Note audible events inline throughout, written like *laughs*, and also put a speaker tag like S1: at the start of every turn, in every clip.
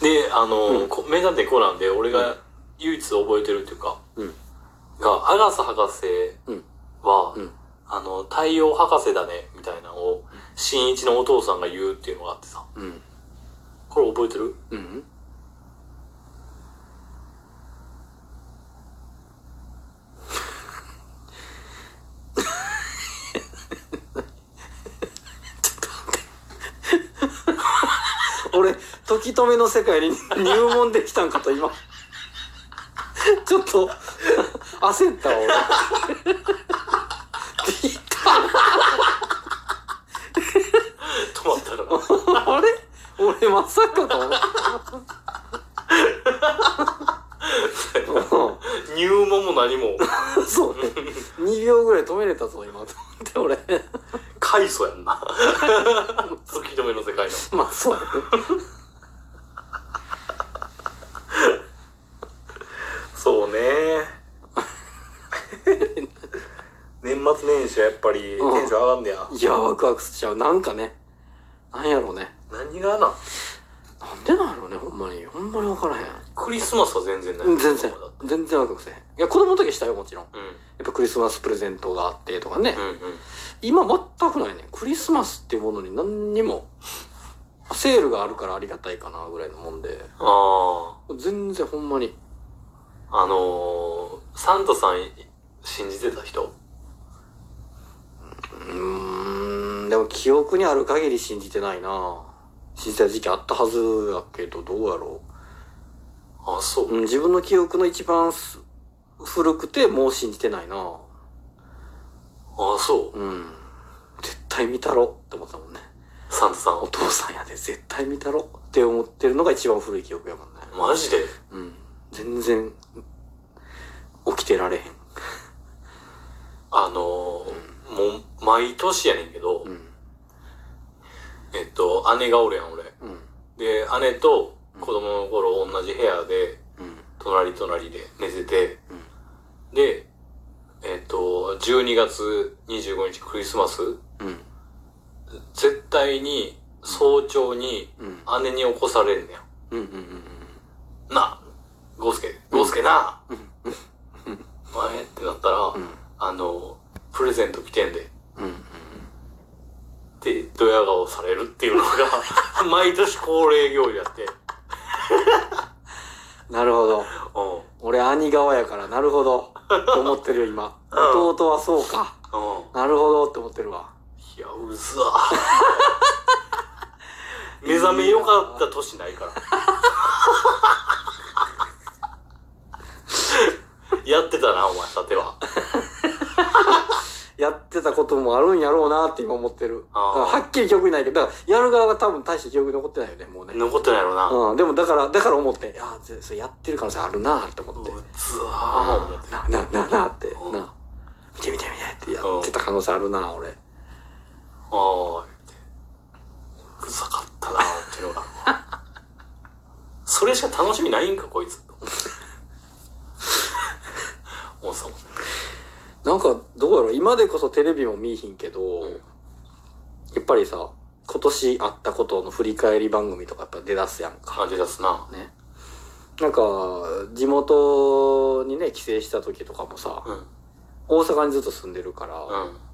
S1: であの、
S2: うん
S1: こ名探偵コナンで俺が唯一覚えてるっていうか、
S2: うん
S1: がアガサ博士
S2: うん
S1: は、
S2: うん
S1: あの太陽博士だねみたいなのを新一のお父さんが言うっていうのがあってさ
S2: うん
S1: これ覚えてる
S2: うん *laughs* 俺時止めの世界に入門できたんかと今ちょっと焦ったわ俺びっ
S1: *laughs* 止まったから
S2: あれ俺まさかと思った
S1: *laughs* 入門も何も
S2: うんそうね2秒ぐらい止めれたぞ今と思って俺
S1: 快祖やんな *laughs* 時止めの世界の
S2: まあそうやね
S1: そうね *laughs* 年末年始はやっぱりテンション上がんねや
S2: いやワクワクしちゃうなんかねなんやろうね
S1: 何がな
S2: なんでなんやろうねほんまにほんまに分からへん
S1: クリスマスは全然ない
S2: 全然全然ワクワクせへんいや子供の時はしたよもちろんや
S1: うん
S2: っぱクリスマスプレゼントがあってとかね、
S1: うんうん
S2: 今全くないねクリスマスっていうものに何にもセールがあるからありがたいかなぐらいのもんで
S1: あ
S2: 全然ほんまに
S1: ああのー、サンタさん信じてた人
S2: うーんでも記憶にある限り信じてないな信じた時期あったはずやけどどうやろ
S1: あそう、
S2: う、うん、自分の記憶の一番す古くてもう信じてないな
S1: あそう
S2: うん絶対見たろって思ってたもんね
S1: サンタさん
S2: お父さんやで絶対見たろって思ってるのが一番古い記憶やもんね
S1: マジで
S2: うん全然起きてられへん
S1: あのーもう毎年やねんけど、
S2: うん
S1: えっと姉がおるやん俺
S2: うん
S1: で姉と子供の頃同じ部屋で
S2: うん
S1: 隣隣で寝てて
S2: うん
S1: でえっと12月25日クリスマス
S2: うん
S1: 絶対に早朝に
S2: うん
S1: 姉に起こされんねや
S2: うんうんうん
S1: なあ、ゴースケ、ゴースケなあ、お前ってなったら、
S2: うん
S1: あの、プレゼント来てんで、っ
S2: うんうん
S1: て、ドヤ顔されるっていうのが、 *laughs* 毎年恒例行事やって、
S2: なるほ
S1: う
S2: ど
S1: ん、うん。
S2: 俺兄側やからなるほどと思ってるよ今
S1: *laughs* うん
S2: 弟はそうかなるほどって思ってるわ
S1: いや、うざ目覚めよかった年ないから。 *laughs* やってたな、お前、さては。
S2: やってたこともあるんやろうなって今思ってるだ
S1: あー
S2: からはっきり記憶にないけどだからやる側が多分大して記憶に残ってないよねもうね、
S1: 残ってないやろな。う
S2: うん、でもだからだから思っていやーそれやってる可能性あるなーって思って
S1: ずー思って。
S2: ななななって
S1: うん
S2: な見て見て見てってやってた可能性あるな俺
S1: おーいって。うざかったなーっていうのが。 *laughs* それしか楽しみないんか、こいつ。 *laughs* もうさ、
S2: なんかどうやろう今でこそテレビも見いひんけど、
S1: うん
S2: やっぱりさ今年あったことの振り返り番組とかやっぱ出だすやんか
S1: 感じ出すな。
S2: ねなんか地元にね帰省した時とかもさ
S1: うん。うん。
S2: 大阪にずっと住んでるから、
S1: う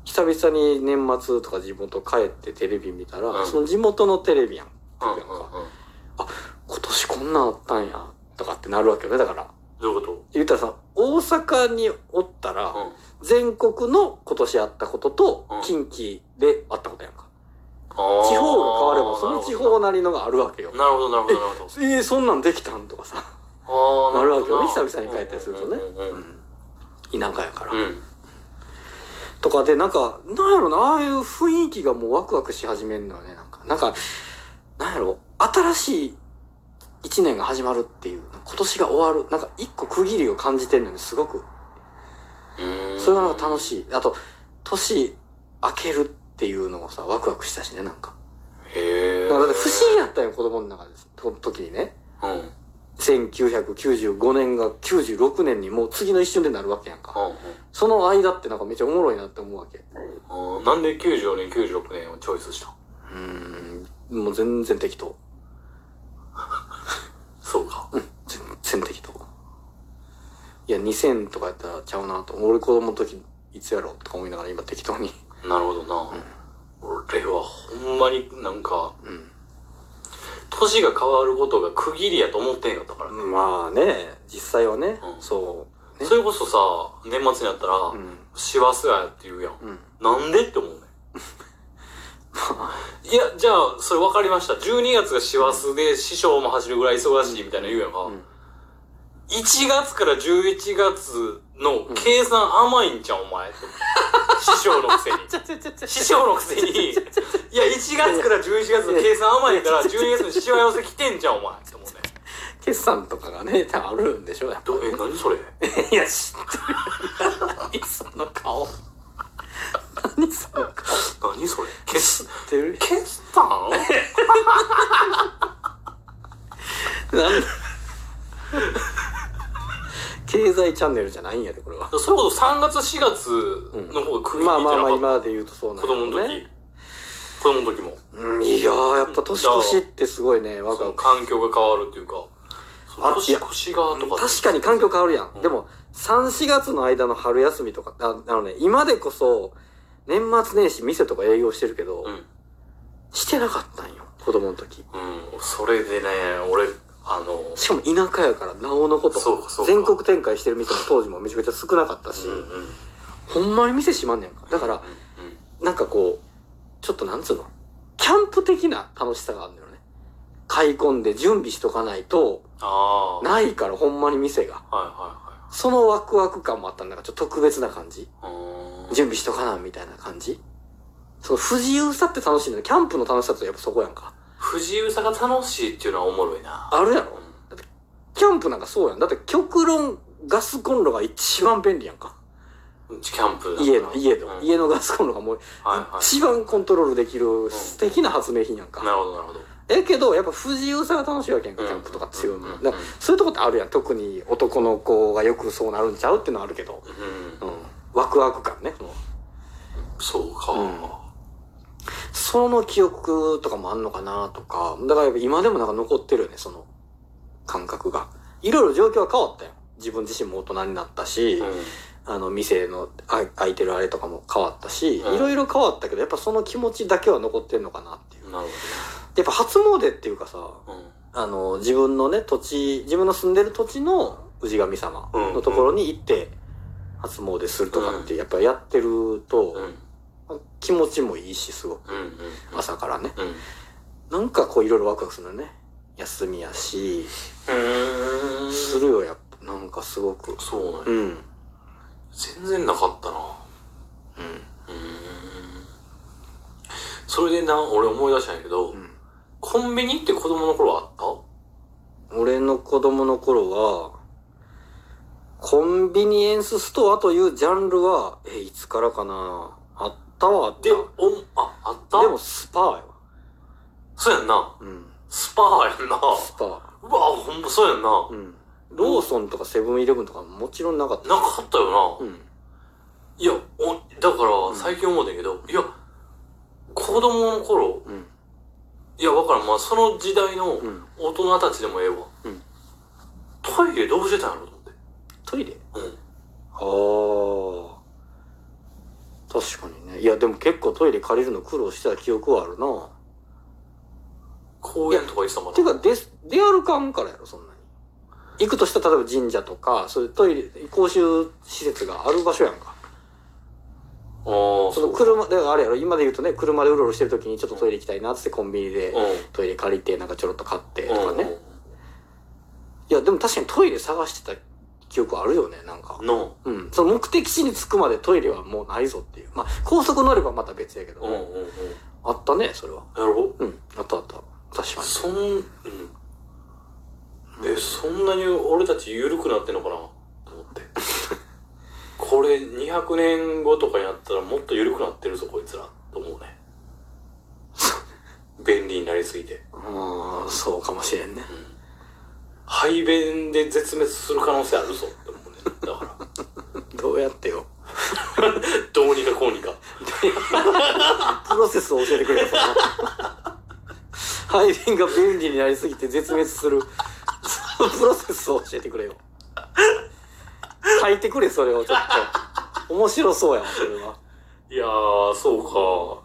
S2: 久々に年末とか地元帰ってテレビ見たら、
S1: うん
S2: その地元のテレビやん
S1: ん。うん。うん。
S2: 今年こんなんあったんやとかってなるわけよねだから
S1: どういうこ
S2: 言ったらさ大阪におったら、
S1: とうん。
S2: 全国の今年あったことと
S1: うん
S2: 近畿であったことやんか、
S1: 地方
S2: 地方が変わればその地方なりのがあるわけよ
S1: なるほど、なるほど、なるほ
S2: *laughs*
S1: ど。
S2: えー、そんなんできたんとかさ、
S1: あー
S2: なるわけよね
S1: ほど
S2: 久々に帰ったりするとね
S1: うんうんうんうん
S2: 田舎やから、
S1: うん。
S2: とかでなんかなんやろなああいう雰囲気がもうワクワクし始めるのよねなんかなんかなんやろ新しい一年が始まるっていう今年が終わるなんか一個区切りを感じてるのにすごく
S1: うん。
S2: それがなんか楽
S1: い。
S2: しいあと年明けるっていうのもさワクワクしたしねなんか
S1: へえ。
S2: だからだって不思議やったよ子供の中ですと時にね
S1: うん。うん。
S2: 1995年が96年にもう次の一瞬でなるわけやんかその間ってなんかめっちゃおもろいなって思うわけ
S1: うんうん。なんで94年、96年をチョイスした
S2: うーんもう全然適当年2000とかやったらちゃうなと俺子供の時いつやろうとか思いながら今適当に
S1: なるほどな、俺はほんまになんか
S2: う
S1: 年が変わることが区切りやと思ってんかったからね、
S2: んまあね実際はね、
S1: うん
S2: そうね
S1: それこそさ年末になったら、
S2: うん
S1: 師走やって言うやん、
S2: うん
S1: なんでって思うね
S2: *laughs*
S1: んいやじゃあそれ分かりました12月が師走で師匠も走るぐらい忙しいみたいな言うやんか、
S2: うん
S1: 1月から11月の計算甘いんじゃん、お前
S2: *laughs*
S1: って思う師匠のくせに師匠のくせにいや1月から11月の計算甘いから12月にしわ寄せ来てんじゃんお前って思うね
S2: *laughs* 決算とかがね多分あるんでしょやっぱ
S1: どえ何それ
S2: いや知ってる何その顔何その顔
S1: 何それ消す
S2: 知ってる
S1: 消したん
S2: なんで経済チャンネルじゃないんやでこれは
S1: それこそ3月4月の方が食い
S2: まあ
S1: てな
S2: まあまあ
S1: かった
S2: 今で言うとそうなん
S1: 子供の
S2: だ
S1: 時、
S2: ね
S1: 子供の時も
S2: うんいやーやっぱ年越しってすごいねワ
S1: そ
S2: クワ
S1: の
S2: ク
S1: 環境が変わるっていうかその
S2: あい
S1: 年
S2: や
S1: 越しがとか
S2: 確かに環境変わるやん。
S1: うん
S2: でも、3、4月の間の春休みとか、ああのね、今でこそ、年末年始店とか営業してるけど、
S1: うん
S2: してなかったんよ、子供の時。
S1: うんそれでね俺あの
S2: しかも田舎やから、なおのこと。
S1: そうかそうか
S2: 全国展開してる店も当時もめちゃくちゃ少なかったし、
S1: うんうん
S2: ほんまに店閉まんねやんか。だから、
S1: うんうん
S2: なんかこう、ちょっとなんつうの、キャンプ的な楽しさがあるんだよね。買い込んで準備しとかないと、
S1: ああはい
S2: ないからほんまに店が。
S1: は
S2: そのワクワク感もあったんだから、ちょっと特別な感じ。
S1: いはいうーん
S2: 準備しとかなみたいな感じその不自由さって楽しいんだよキャンプの楽しさってやっぱそこやんか
S1: 不自由さが楽しいっていうのはおもろいな
S2: あるや
S1: う
S2: ろ
S1: ん
S2: キャンプなんかそうやんだって極論ガスコンロが一番便利やんか
S1: うちキャンプだから
S2: 家の家の、
S1: うん
S2: 家のガスコンロがもう
S1: はいはい
S2: 一番コントロールできる素敵な発明品やんか、
S1: なるほどなるほど
S2: ええけどやっぱ不自由さが楽しいわけやんか
S1: うん
S2: キャンプとか強いも
S1: うんん
S2: だからそういうとこってあるやん特に男の子がよくそうなるんちゃうっていうのはあるけど、
S1: うん
S2: うん、ワクワク感ねその
S1: そうか
S2: うんその記憶とかもあんのかなとか、だからやっぱ今でもなんか残ってるよね、その感覚が。いろいろ状況は変わったよ。自分自身も大人になったし、
S1: うん
S2: あの店のあ開いてるあれとかも変わったし、い
S1: うん
S2: ろいろ変わったけど、やっぱその気持ちだけは残ってんのかなっていう。
S1: なる
S2: やっぱ初詣っていうかさ、
S1: ほどね
S2: あの自分のね、土地、自分の住んでる土地の氏神様のところに行って、初詣するとかって、やっぱやってる
S1: うんう
S2: と、
S1: ん
S2: 気持ちもいいし、すごく。
S1: うんうん
S2: 朝からね。
S1: うん
S2: なんかこういろいろワクワクするのよね。休みやし、
S1: うーん
S2: するよ、やっぱ。なんかすごく。
S1: そうなんや
S2: うん。うん。
S1: 全然なかったなうーんそれでな俺思い出したんやけど、
S2: うん
S1: コンビニって子供の頃あっ
S2: 俺の子供の頃は、コンビニエンスストアというジャンルは、え、いつからかなあったはあった
S1: で、おん、あ、あった
S2: た。でもスパーやわ。
S1: そうやんな。
S2: うん。
S1: スパーやんな。
S2: スパー。
S1: うわ、ほんまそうやんな。
S2: うん。ローソンとかセブンイレブンとかもちろんなかった。
S1: なかったよな。
S2: うん。
S1: いや、おだから、最近思うんだけど、いや、子供の頃、
S2: うん。
S1: いや、わからん。まあ、その時代の
S2: うん。
S1: 大人たちでもええわ。
S2: うん
S1: トイレどうしてたんやろと思って。
S2: トイレ
S1: うん。
S2: ああ。確かにね。いや、でも結構トイレ借りるの苦労してた記憶はあるな。
S1: 公園とか行ってたもん
S2: てか、で、出歩かんからやろ、そんなに。行くとしたら、例えば神社とか、そういうトイレ、公衆施設がある場所やんか。
S1: あー
S2: その車、だからあれやろ、今で言うとね、車でうろうろしてる時にちょっとトイレ行きたいなっつってコンビニで
S1: う
S2: トイレ借りて、なんかちょろっと買ってと
S1: ん。
S2: かね。いや、でも確かにトイレ探してた記憶あるよね、なんか
S1: うん。。の、
S2: うん。その目的地に着くまでトイレはもうないぞっていう。まあ、高速乗ればまた別やけど。
S1: うんうんうん。や
S2: あったね、それは。
S1: ろ
S2: うん、あったあった。確かに。
S1: そん、うん。え、そんなに俺たち緩くなってんのかなと思って。これ200年後とかになったらもっと緩くなってるぞ、こいつら。と思うね。 *laughs* 便利になりすぎて。
S2: うん、そうかもしれんね。
S1: 排便で絶滅する可能性あるぞって思うね。だから、
S2: どうやってよ。
S1: どうにかこうにか。
S2: プロセスを教えてく *laughs* れたな。配便が便利になりすぎて絶滅する。そのプロセスを教えてくれよ。書いてくれ、それをちょっと。面白そうやわ、それは。
S1: いやー、そうか。